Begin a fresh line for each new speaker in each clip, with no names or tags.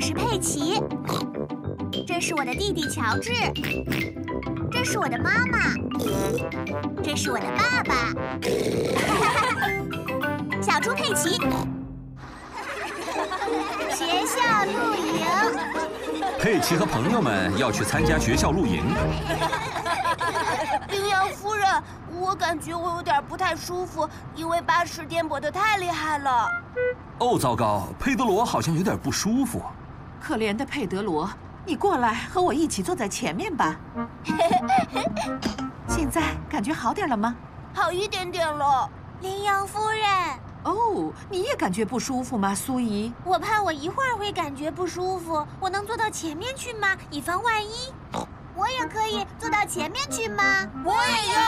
是佩奇，这是我的弟弟乔治，这是我的妈妈，这是我的爸 爸。小猪佩奇，学校露营，
佩奇和朋友们要去参加学校露营。
羚羊夫人，我感觉我有点不太舒服，因为巴士颠簸的太厉害了。
哦，糟糕，佩德罗好像有点不舒服。
可怜的佩德罗，你过来和我一起坐在前面吧。 现在感觉好点了吗？
好一点点了。
羚羊夫人，
哦，你也感觉不舒服吗，苏怡？
我怕我一会儿会感觉不舒服，我能坐到前面去吗？以防万一。我也可以坐到前面去吗？
我也
要。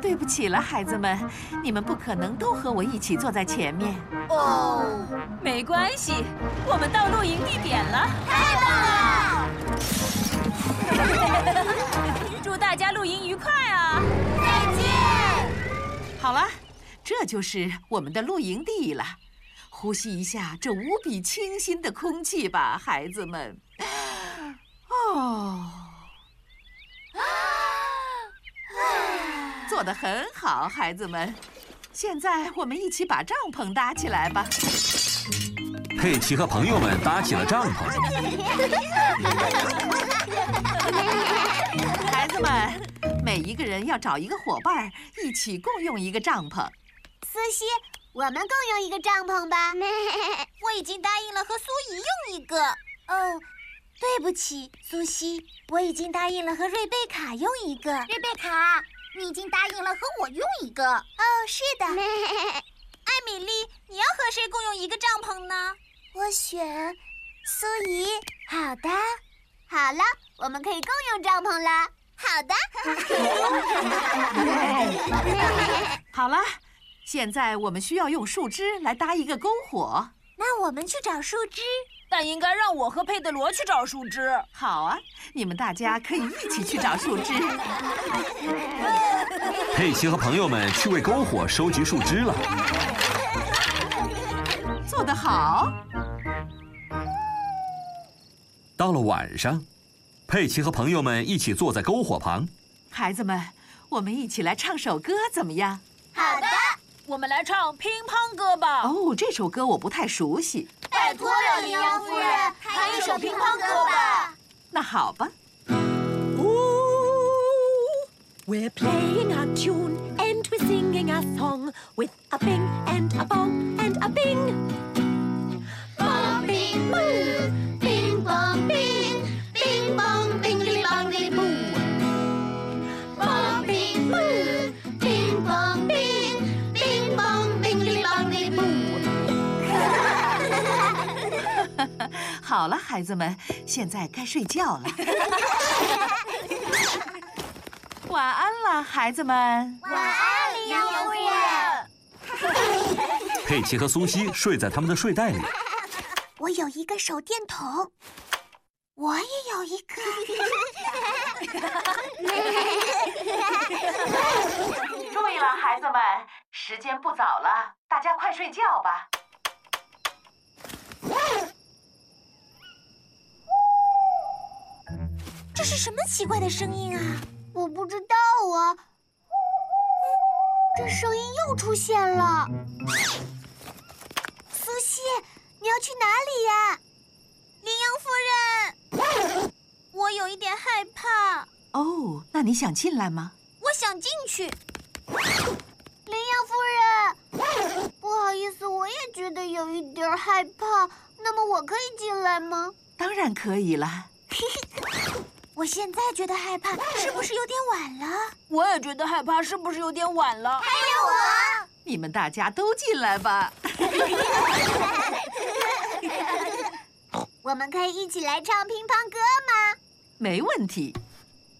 对不起了，孩子们，你们不可能都和我一起坐在前面。
哦，
没关系，我们到露营地点了。
太棒了！
祝大家露营愉快啊！
再见。
好了，这就是我们的露营地了。呼吸一下这无比清新的空气吧，孩子们。哦，做得很好，孩子们。现在我们一起把帐篷搭起来吧。
佩奇和朋友们搭起了帐篷。
孩子们，每一个人要找一个伙伴，一起共用一个帐篷。
苏西，我们共用一个帐篷吧。我已经答应了和苏怡用一个。哦。对不起，苏西，我已经答应了和瑞贝卡用一个。
瑞贝卡，你已经答应了和我用一个。
哦，是的。艾米丽，你要和谁共用一个帐篷呢？
我选苏怡。
好的，好了，我们可以共用帐篷了。
好的。
好了，现在我们需要用树枝来搭一个篝火。
那我们去找树枝。
那应该让我和佩德罗去找树枝。
好啊，你们大家可以一起去找 树枝。
佩奇和朋友们去为篝火收集树枝了，
做得好。
到了晚上，佩奇和朋友们一起坐在篝火旁。
孩子们，我们一起来唱首歌怎么样？
好的，
我们来唱乒乓歌吧。
哦，这首歌我不太熟悉。
拜托了，羚羊夫人，弹一首乒乓歌吧。
那好吧。
Ooh, we're playing our tune and we're singing our song with a bing and a bong and a bing.
Bong bing boo, bing bong bing, bing bong bingly bongly boo. Bong bing boo, bing bong bing, bing bong bingly bongly boo.
好了，孩子们，现在该睡觉 了。晚安了，孩子们。
晚安，羚羊夫人。
佩奇和苏西睡在他们的睡袋里。
我有一个手电筒，我也有一 个。
注意了，孩子们，时间不早了，大家快睡觉吧。
这是什么奇怪的声音啊？
我不知道啊，
这声音又出现了。苏西，你要去哪里呀？羚羊夫人，我有一点害怕，
哦，那你想进来吗？
我想进去。
羚羊夫人，不好意思，我也觉得有一点儿害怕。那么我可以进来吗？
当然可以了。
我现在觉得害怕，是不是有点晚了？
我也觉得害怕，是不是有点晚了？
还有我，
你们大家都进来吧。
我们可以一起来唱乒乓歌哦吗？
没问题。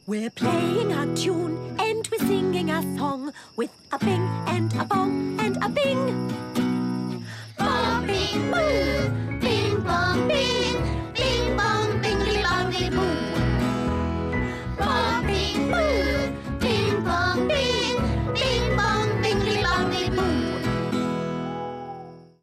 We're playing our tune and we're singing our song with a bing and a bong and a bing.